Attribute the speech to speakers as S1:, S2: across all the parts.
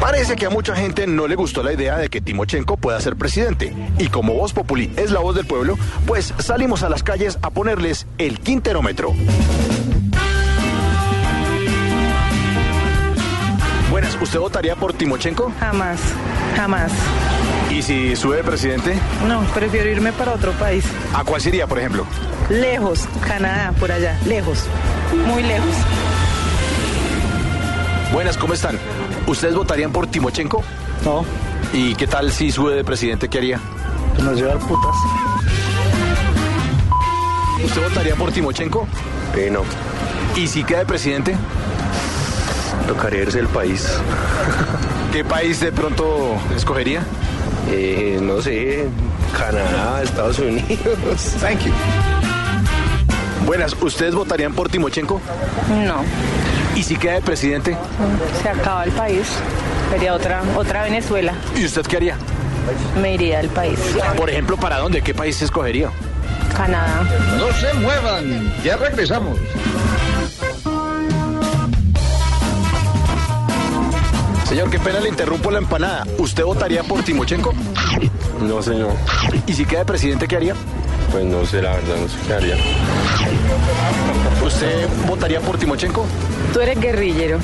S1: Parece que a mucha gente no le gustó la idea de que Timochenko pueda ser presidente. Y como Voz Populi es la voz del pueblo, pues salimos a las calles a ponerles el quinterómetro. Buenas, ¿usted votaría por Timochenko?
S2: Jamás, jamás.
S1: ¿Y si sube presidente?
S2: No, prefiero irme para otro país.
S1: ¿A cuál sería, por ejemplo?
S2: Lejos, Canadá, por allá, lejos, muy lejos.
S1: Buenas, ¿cómo están? ¿Ustedes votarían por Timochenko?
S3: No,
S1: ¿Y qué tal si sube de presidente? ¿Qué haría?
S3: pues nos lleva al putas.
S1: ¿Usted votaría por Timochenko?
S4: Eh, no,
S1: ¿Y si queda de presidente?
S4: tocaría irse del país.
S1: ¿Qué país de pronto escogería?
S4: Eh, no sé, Canadá, Estados Unidos.
S1: Thank you. Buenas, ¿ustedes votarían por Timochenko?
S2: No,
S1: ¿Y si queda de presidente?
S2: se acaba el país. Sería otra, otra Venezuela.
S1: ¿Y usted qué haría?
S2: Me iría al país.
S1: Por ejemplo, ¿para dónde? ¿Qué país escogería?
S2: Canadá.
S5: No se muevan, ya regresamos.
S1: Señor, qué pena le interrumpo la empanada. ¿Usted votaría por Timochenko?
S4: No, señor.
S1: ¿Y si queda de presidente, qué haría?
S4: Pues no sé, la verdad, no sé qué haría.
S1: ¿Usted votaría por Timochenko?
S2: Tú eres guerrillero,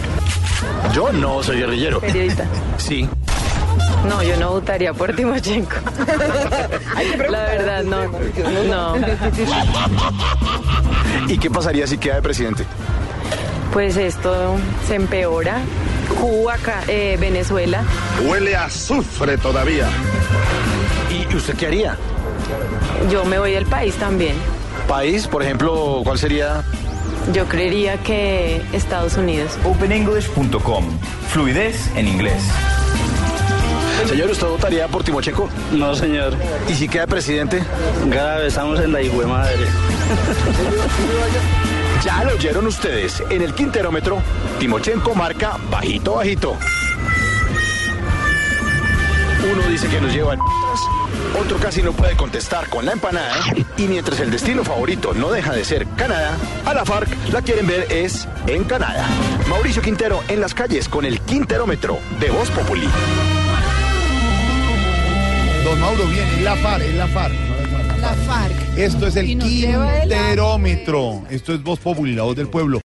S1: Yo no soy guerrillero.
S2: periodista.
S1: Sí.
S2: No, yo no votaría por Timochenko. La verdad, no. No.
S1: ¿Y qué pasaría si queda de presidente?
S2: Pues esto se empeora. Cuba, Ca- eh, Venezuela.
S5: Huele a azufre todavía.
S1: ¿Y usted qué haría?
S2: Yo me voy del país también.
S1: ¿País, por ejemplo, cuál sería?
S2: Yo creería que Estados Unidos.
S6: OpenEnglish.com. Fluidez en inglés.
S1: Señor, ¿usted votaría por Timochenko?
S3: No, señor.
S1: ¿Y si queda de presidente?
S3: Cada vez estamos en la higüe madre.
S1: Ya lo oyeron ustedes. En el quinterómetro, Timochenko marca bajito, bajito. Uno dice que nos lleva en otro casi no puede contestar con la empanada. Y mientras el destino favorito no deja de ser Canadá, a la FARC la quieren ver es en Canadá. Mauricio Quintero en las calles con el quinterómetro de Voz Populi.
S5: Don Mauro viene, la FAR, es la FAR.
S7: La FARC.
S5: Esto es
S7: Y
S5: el
S7: nos lleva de la-
S5: quinterómetro. Esto es Voz Popular, la voz del pueblo.